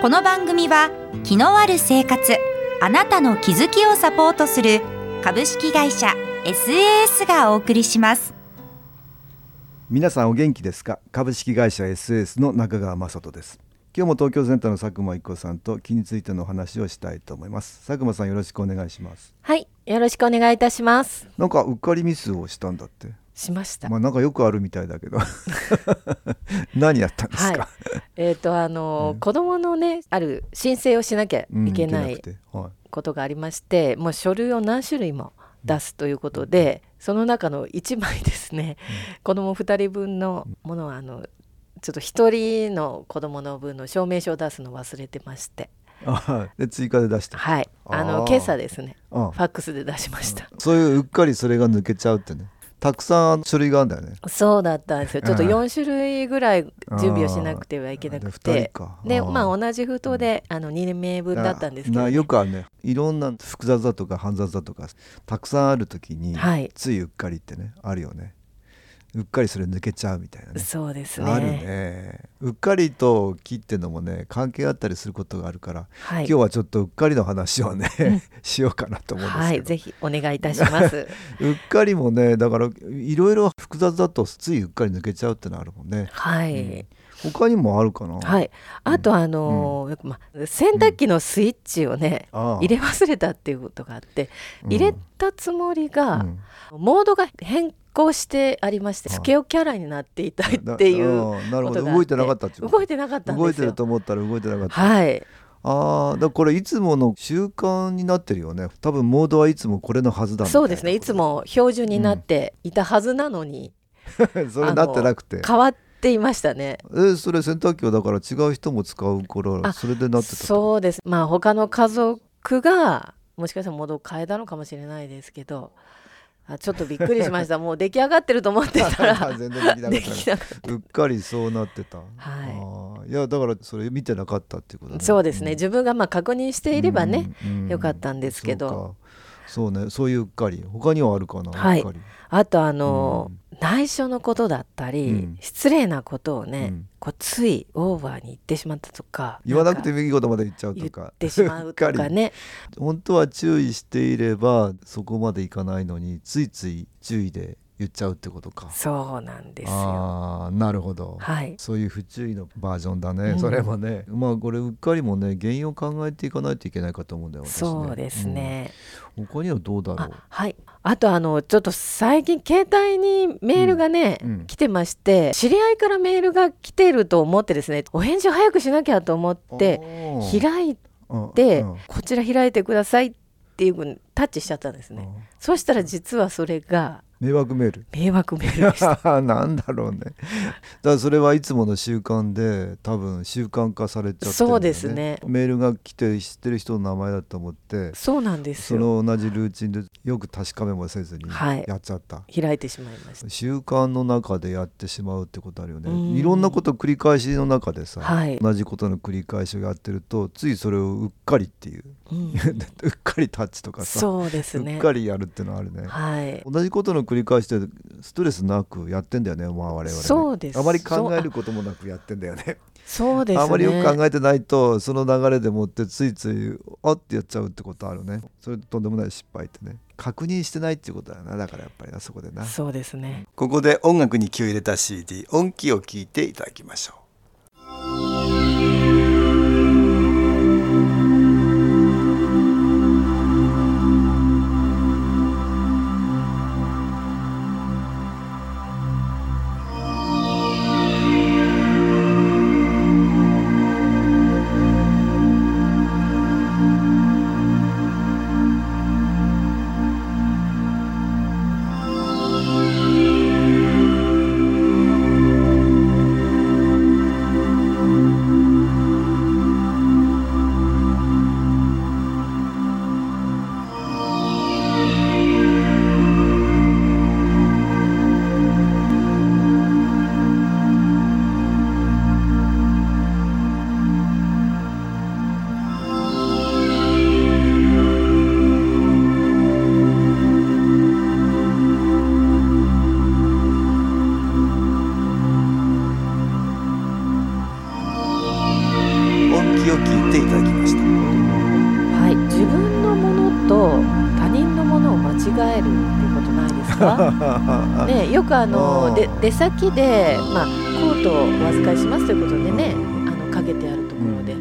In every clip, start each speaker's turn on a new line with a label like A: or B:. A: この番組は気のある生活あなたの気づきをサポートする株式会社 SAS がお送りします
B: 皆さんお元気ですか株式会社 SS の中川雅人です今日も東京センターの佐久間一子さんと気についてのお話をしたいと思います佐久間さんよろしくお願いします
C: はい、よろしくお願いいたします。
B: なんかうっかりミスをしたんだって
C: しました。
B: まあなんかよくあるみたいだけ ど何やったんです
C: はい
B: か、。
C: えっ、とあのー
B: うん
C: 子供のねある申請をしなきゃ
B: うん
C: いけな
B: け
C: い
B: なくてはい
C: ことがありまして、もう書類を何種類も出すということで、その中の1枚ですね、子供2人分のものはあのちょっと1人の子供の分の証明書を出すの忘れてまして、
B: あはいで追加で出して
C: はい。あ
B: あ
C: の
B: ー
C: 今朝ですね、
B: あ
C: ファックスで出しました。
B: そういううっかりそれが抜けちゃうってねたくさん書類があるんだよね
C: そうだったんですよ。ちょっと
B: うん
C: 4種類ぐらい準備をしなくてはいけなく
B: で二
C: て
B: 人、か
C: で
B: あー
C: まあ同じ封筒で、あの2名分だったんですけ
B: な
C: ど、
B: な
C: ね、
B: よくあるねいろんな複雑だとか煩雑だとかたくさんある時に、
C: はい
B: ついうっかりってねあるよねうっかりそれ抜けちゃうみたいなね
C: そうですね
B: あるねうっかりと気ってのもね関係あったりすることがあるから、
C: は
B: 今
C: い、
B: 日はちょっとうっかりの話をね、 しようかなと思うんですけど、
C: はいぜひお願いいたします
B: うっかりもねだからいろいろ複雑だとついうっかり抜けちゃうってのあるもんね
C: はい、
B: 他にもあるかな、
C: はいあとあのーよくまあ洗濯機のスイッチをね、
B: ああ
C: 入れ忘れたっていうことがあって
B: うん
C: 入れたつもりが、
B: うん
C: モードが変更してありまして
B: はい
C: スケオキャラになっていた
B: だ
C: っていう
B: あーなるほ
C: こと
B: ど
C: があ
B: 動いてなかったっていうこと
C: 動いてなかったんですよ
B: 動いてると思ったら動いてなかった、
C: はい
B: ああだからこれいつもの習慣になってるよね多分モードはいつもこれのはずだみたいな
C: そうですねいつも標準になっていたはずなのに、
B: それなってなくて
C: 変わっていましたね
B: えーそれ洗濯機はだから違う人も使うから
C: あ
B: それでなってたってこと
C: そうですまあ他の家族がもしかしたらモードを変えたのかもしれないですけどあちょっとびっくりしま したもう出来上がってると思ってたら
B: 全然できなかっ
C: で
B: たね
C: きなかっ
B: うっかりそうなってた。。
C: はい
B: いやだからそれ見てなかったっていうこと
C: たそうですね自分がまあ確認していればね、、
B: うんうん
C: よかったんですけど。
B: そうかそうねそういううっかり他にはあるかな。
C: はいう
B: っかり
C: あとあの、
B: うん
C: 内緒のことだったり、
B: うん
C: 失礼なことをね、
B: うん
C: こうついオーバーに言ってしまったとか
B: 言わなくて
C: んか
B: もいいことまで言っちゃう
C: 言
B: と
C: っ
B: か。
C: てしまうと
B: っか
C: か
B: り。
C: ね
B: 本当は注意していればそこまでいかないのについつい注意で言っちゃうってことか。
C: そうなんですよ
B: ああなるほど。
C: はい
B: そういう不注意のバージョンだね、
C: うん
B: それもねまあこれうっかりもね原因を考えていかないといけないかと思うんだよ私ね
C: そうです、ね、
B: うん他にはどうだろ
C: あ
B: う
C: はい、あとあのちょっと最近携帯にメールがね、
B: うんうん
C: 来てまして知り合いからメールが来てると思ってですねお返事を早くしなきゃと思って開いて、こちら開いてくださいっていうふうにタッチしちゃったんです
B: て
C: ね、そうしたら実はそれが
B: 迷惑メー ル
C: 迷惑メールでした
B: なんだ ろうねだからそれはいつもの習慣で多分習慣化されちゃってるんだよ、ね、
C: そうですね
B: メールが来て知ってる人の名前だと思って
C: そうなんです
B: その
C: よ
B: 同じルーチンでよく確かめもせずに
C: はい
B: やっちゃった、
C: 開いてしまいました
B: 習慣の中でやってしまうってことあるよ
C: うん
B: ねいろんなこと繰り返しの中でさ、
C: はい、
B: 同じことの繰り返しをやってるとついそれをうっかりっていう
C: うん
B: うっかりタッチとかさ
C: そうです
B: う
C: ね
B: っかりやるってのあるね、
C: はい
B: 同じことの繰り返しでストレスなくやってんだよね、まあ、我々ね
C: そうです
B: あまり考えることもなくやってんだよね
C: そうですね
B: あまりよく考えてないとその流れでもってついついあってやっちゃうってことあるねそれとんでもない失敗ってね確認してないっていうことだよなだからやっぱりなそこでな
C: そうですね
B: ここで音楽に気を入れた CD 音気を聞いていただきましょう
C: 「 ねよくあ
D: あー
C: ので出先で、まあ、コートをお預かりしますということでねあのかけてあるところで、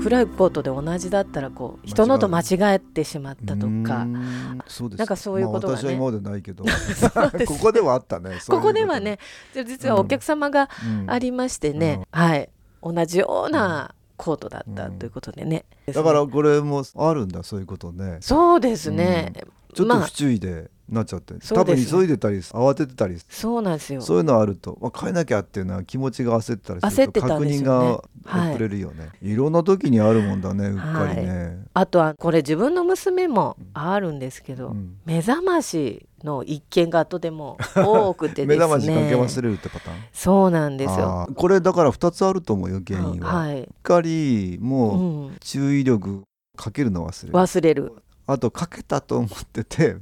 C: 暗いコートで同じだったらこう人のと間違えてしまったと
B: う。ー
C: か
B: んそうです
C: なんかそういうことが
B: まあ、私
C: ね
B: は今までないけど
C: そうです
B: ここではあったねそうい
C: こ
B: う
C: こではねじゃあ実はお客様が
B: とうん
C: ありましてね、はい同じようなコートだったということでね、
B: だからこれもあるんだそういうことね
C: そうですね、
B: ちょっと
C: まあ
B: 不注意でなっちゃって、
C: そ
B: 多
C: うで
B: 分
C: す
B: 急いでたり慌ててたり
C: そうなんですよ
B: そういうのあると、まあ、変えなきゃっていうのは気持ちが焦ってたりす
C: 焦
B: る
C: って
B: と
C: たん
B: 確
C: です
B: 認
C: よ
B: が
C: ねはい
B: 遅れるよね、い、ろんな時にあるもんだねうっかりね、
C: あとはこれ自分の娘もあるんですけど、
B: うん
C: 目覚ましの一件がとても多くてですね
B: 目覚ましかけ忘れるってパターン
C: そうなんですよ
B: あーこれだから2つあると思うよ原因は、うっ
C: はい、
B: かり
C: う、
B: もうん注意力かけるの忘れる、
C: 忘れる
B: あとかけたと思ってて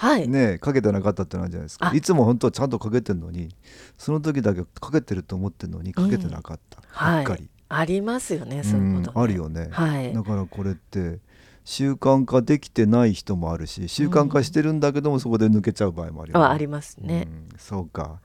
C: はい、
B: ねかけてなかったってのあるじゃないですか
C: あ
B: いつも本当はちゃんとかけてるのにその時だけかけてると思ってるのにかけてなかった、
C: は
B: うっ
C: い
B: かり、
C: ありますよねそういうこと、
B: うんあるよね、
C: はい
B: だからこれって習慣化できてない人もあるし習慣化してるんだけどもそこで抜けちゃう場合もあるよね、
C: あありますね
B: う、んそうか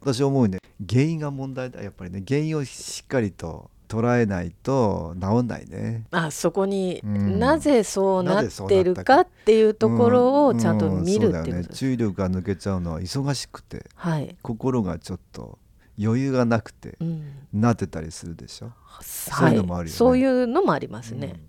B: 私思うね原因が問題だやっぱりね原因をしっかりと捉えないと治んないね
C: あそこに
B: うん
C: なぜそうな
B: な
C: っ
B: ぜそうな
C: て
B: った
C: る
B: か
C: かっていうところを
B: うん
C: ちゃんと
B: うん
C: 見る
B: そうだよ
C: ってこと
B: ね
C: です、
B: 注意力が抜けちゃうのは忙しくて
C: はい、
B: 心がちょっと余裕がなくて
C: うん、
B: なってたりするでしょ、
C: そう
B: いうのもあるよね
C: そういうのもありますね、
B: うん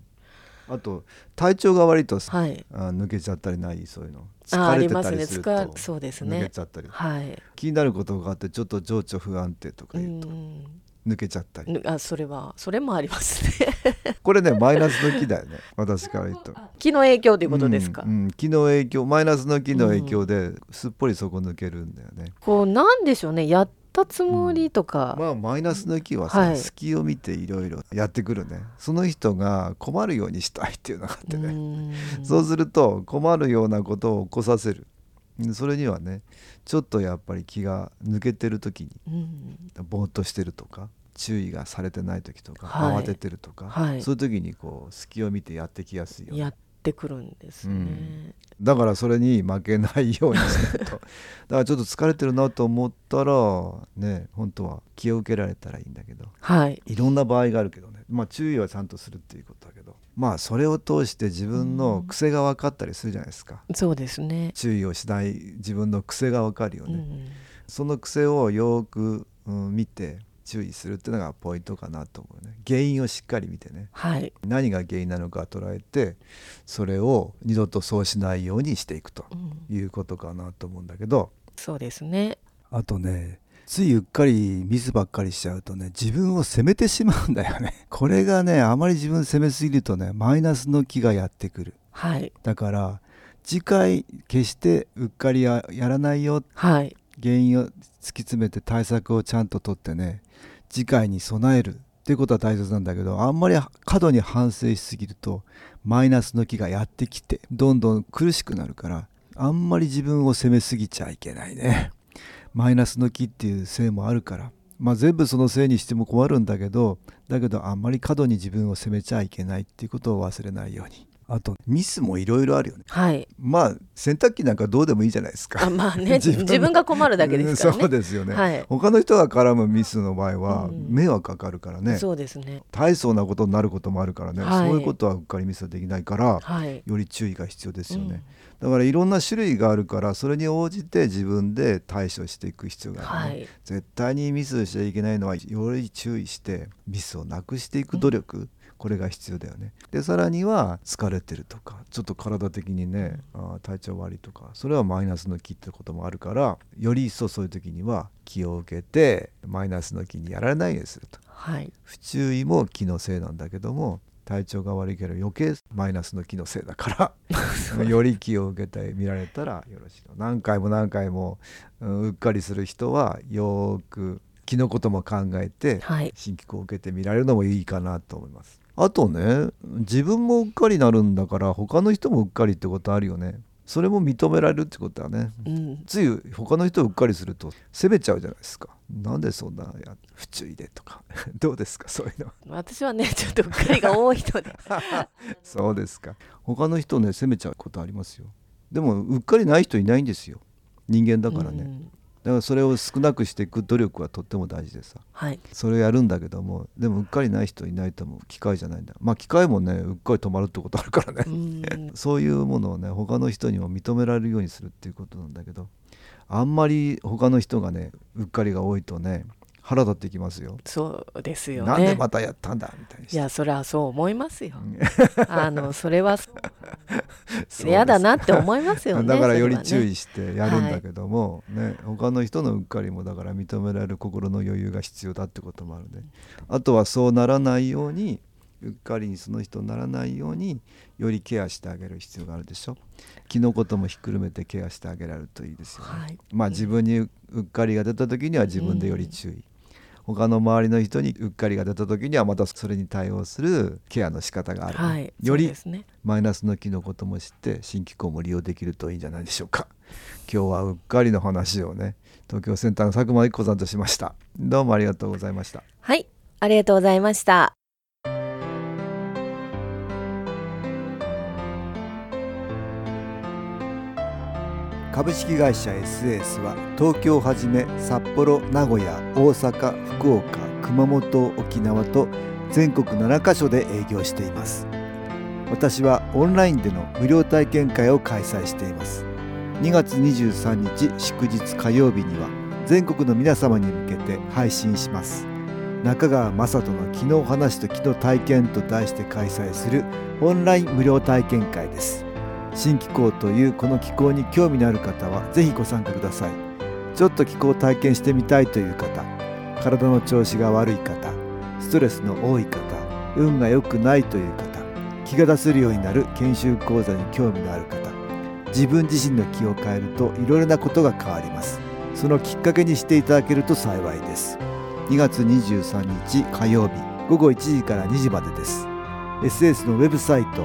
B: あと体調が悪いとさ、
C: はい
B: あ抜けちゃったりないそういうの
C: あ
B: 疲
C: あ
B: れ
C: り
B: て
C: ま
B: た
C: すね
B: りすると
C: 疲れそうですね
B: 抜けちゃったり
C: はい、
B: 気になることがあってちょっと情緒不安定とか
C: う
B: 言うと
C: ん、
B: 抜けちゃったり
C: ぬあそれはそれもありますね
B: これねマイナスの気だよね 私から言うと。
C: 気の影響ということですか、
B: うんうん気の影響マイナスの気の影響ですっぽりそこ抜けるんだよね。
C: こうなんでしょうねやったつもりとか、
B: まあマイナスの気はさ、
C: はい
B: 隙を見ていろいろやってくるねその人が困るようにしたいっていうのがあって
C: う
B: ね、
C: ん
B: そうすると困るようなことを起こさせるうんそれにはねちょっとやっぱり気が抜けてる時に
C: うん
B: ぼーっとしてるとか注意がされてない時とか、
C: はい
B: 慌ててるとか、
C: はい
B: そういう時にこう隙を見てやってきやすいよね
C: やってくるんですね、
B: うんだからそれに負けないようにしないと だからちょっと疲れてるなと思ったらね本当は気を受けられたらいいんだけど
C: はい
B: いろんな場合があるけどねまあ注意はちゃんとするっていうことだけどまあそれを通して自分の癖が分かったりするじゃないですか、
C: そうですね、
B: 注意をしない自分の癖が分かるよ
C: う
B: ね、
C: ん、
B: その癖をよーく、うん見て注意するっていうのがポイントかなと思うね原因をしっかり見てね
C: はい
B: 何が原因なのか捉えてそれを二度とそうしないようにしていくと
C: うん
B: いうことかなと思うんだけど
C: そうですね
B: あとねついうっかりミスばっかりしちゃうとね自分を責めてしまうんだよね これがねあまり自分を責めすぎるとねマイナスの気がやってくる
C: はい
B: だから次回決してうっかりややらないよ
C: はい
B: 原因を突き詰めて対策をちゃんと取ってね次回に備えるっていうことは大切なんだけどあんまり過度に反省しすぎるとマイナスの気がやってきてどんどん苦しくなるからあんまり自分を責めすぎちゃいけないね マイナスの気っていうせいもあるから、まあ、全部そのせいにしても困るんだけどだけどあんまり過度に自分を責めちゃいけないっていうことを忘れないようにあとミスもいろいろあるよね
C: はい
B: まあ洗濯機なんかどうでもいいじゃないですか
C: あまあね自
B: 自分
C: 分
B: の
C: が困るだけですから
B: うん
C: ね
B: そうですよね、
C: はい
B: 他の人が絡むミスの場合は
C: うん
B: 迷惑かかるからね、
C: そうですね
B: 大層なことになることもあるからね、
C: はい
B: そういうことはうっかりミスはできないから
C: はい
B: より注意が必要ですよね、だからいろんな種類があるからそれに応じて自分で対処していく必要があるね、
C: はい
B: 絶対にミスしちゃいけないのはより注意してミスをなくしていく努力、これが必要だよねでさらには疲れてるとかちょっと体的にね、あー体調悪いとかそれはマイナスの気ってこともあるからより一層そういう時には気を受けてマイナスの気にやられないようにすると
C: はい
B: 不注意も気のせいなんだけども体調が悪いけど余計マイナスの気のせいだ からより気を受けて見られたらよろしいの何回も何回もうんうっかりする人はよーく気のことも考えて
C: はい
B: 新規を受けて見られるのもいいかなと思います。あとね自分もうっかりなるんだから他の人もうっかりってことあるよね。それも認められるってことだね。
C: うん
B: つい他の人をうっかりすると責めちゃうじゃないですかなんでそんなや不注意でとか どうですかそういうの
C: 私はねちょっとうっかりが多いので
B: そうですか他の 人をね責めちゃうことありますよでもうっかりない人いないんですよ人間だからね、
C: うん
B: だからそれを少なくしていく努力はとっても大事でさ
C: はい
B: それをやるんだけどもでもうっかりない人いないと思う機械じゃないんだまあ機械もねうっかり止まるってことあるからね
C: うーん
B: そういうものをね他の人にも認められるようにするっていうことなんだけどあんまり他の人がねうっかりが多いとね腹立ってきますよ。
C: そうですよね
B: なんでまたやったんだみたいにし
C: い
B: て
C: やそれはそう思いますよ
B: うん
C: あのそれは
B: そう
C: 嫌だなって
B: で
C: 思います
B: す
C: よ ね
B: だから
C: そ
B: よ
C: れ
B: り
C: はね
B: 注意してやるんだけども、ね、他の人のうっかりもだから認められる心の余裕が必要だってこともあるね。あとはそうならないようにうっかりにその人にならないようによりケアしてあげる必要があるでしょ。気のこともひっくるめてケアしてあげられるといいですよね。
C: はい
B: まあ自分にうっかりが出た時には自分でより注意、他の周りの人にうっかりが出た時にはまたそれに対応するケアの仕方がある、
C: はい
B: よ
C: そう
B: り
C: ですね
B: マイナスの機のことも知って新機構も利用できるといいんじゃないでしょうか今日はうっかりの話をね東京センターの佐久間一子さんとしましたどうもありがとうございました
C: はいありがとうございました
B: 株式会社 SS は東京をはじめ札幌名古屋大阪福岡熊本沖縄と全国7カ所で営業しています私はオンラインでの無料体験会を開催しています2月23日祝日火曜日には全国の皆様に向けて配信します中川雅人の「昨日話と昨日体験」と題して開催するオンライン無料体験会です新機構というこの機構に興味のある方はぜひご参加くださいちょっと気候を体験してみたいという方体の調子が悪い方ストレスの多い方運が良くないという方気が出せるようになる研修講座に興味のある方自分自身の気を変えるといろいろなことが変わりますそのきっかけにしていただけると幸いです2月23日火曜日午後1時から2時までです SS のウェブサイト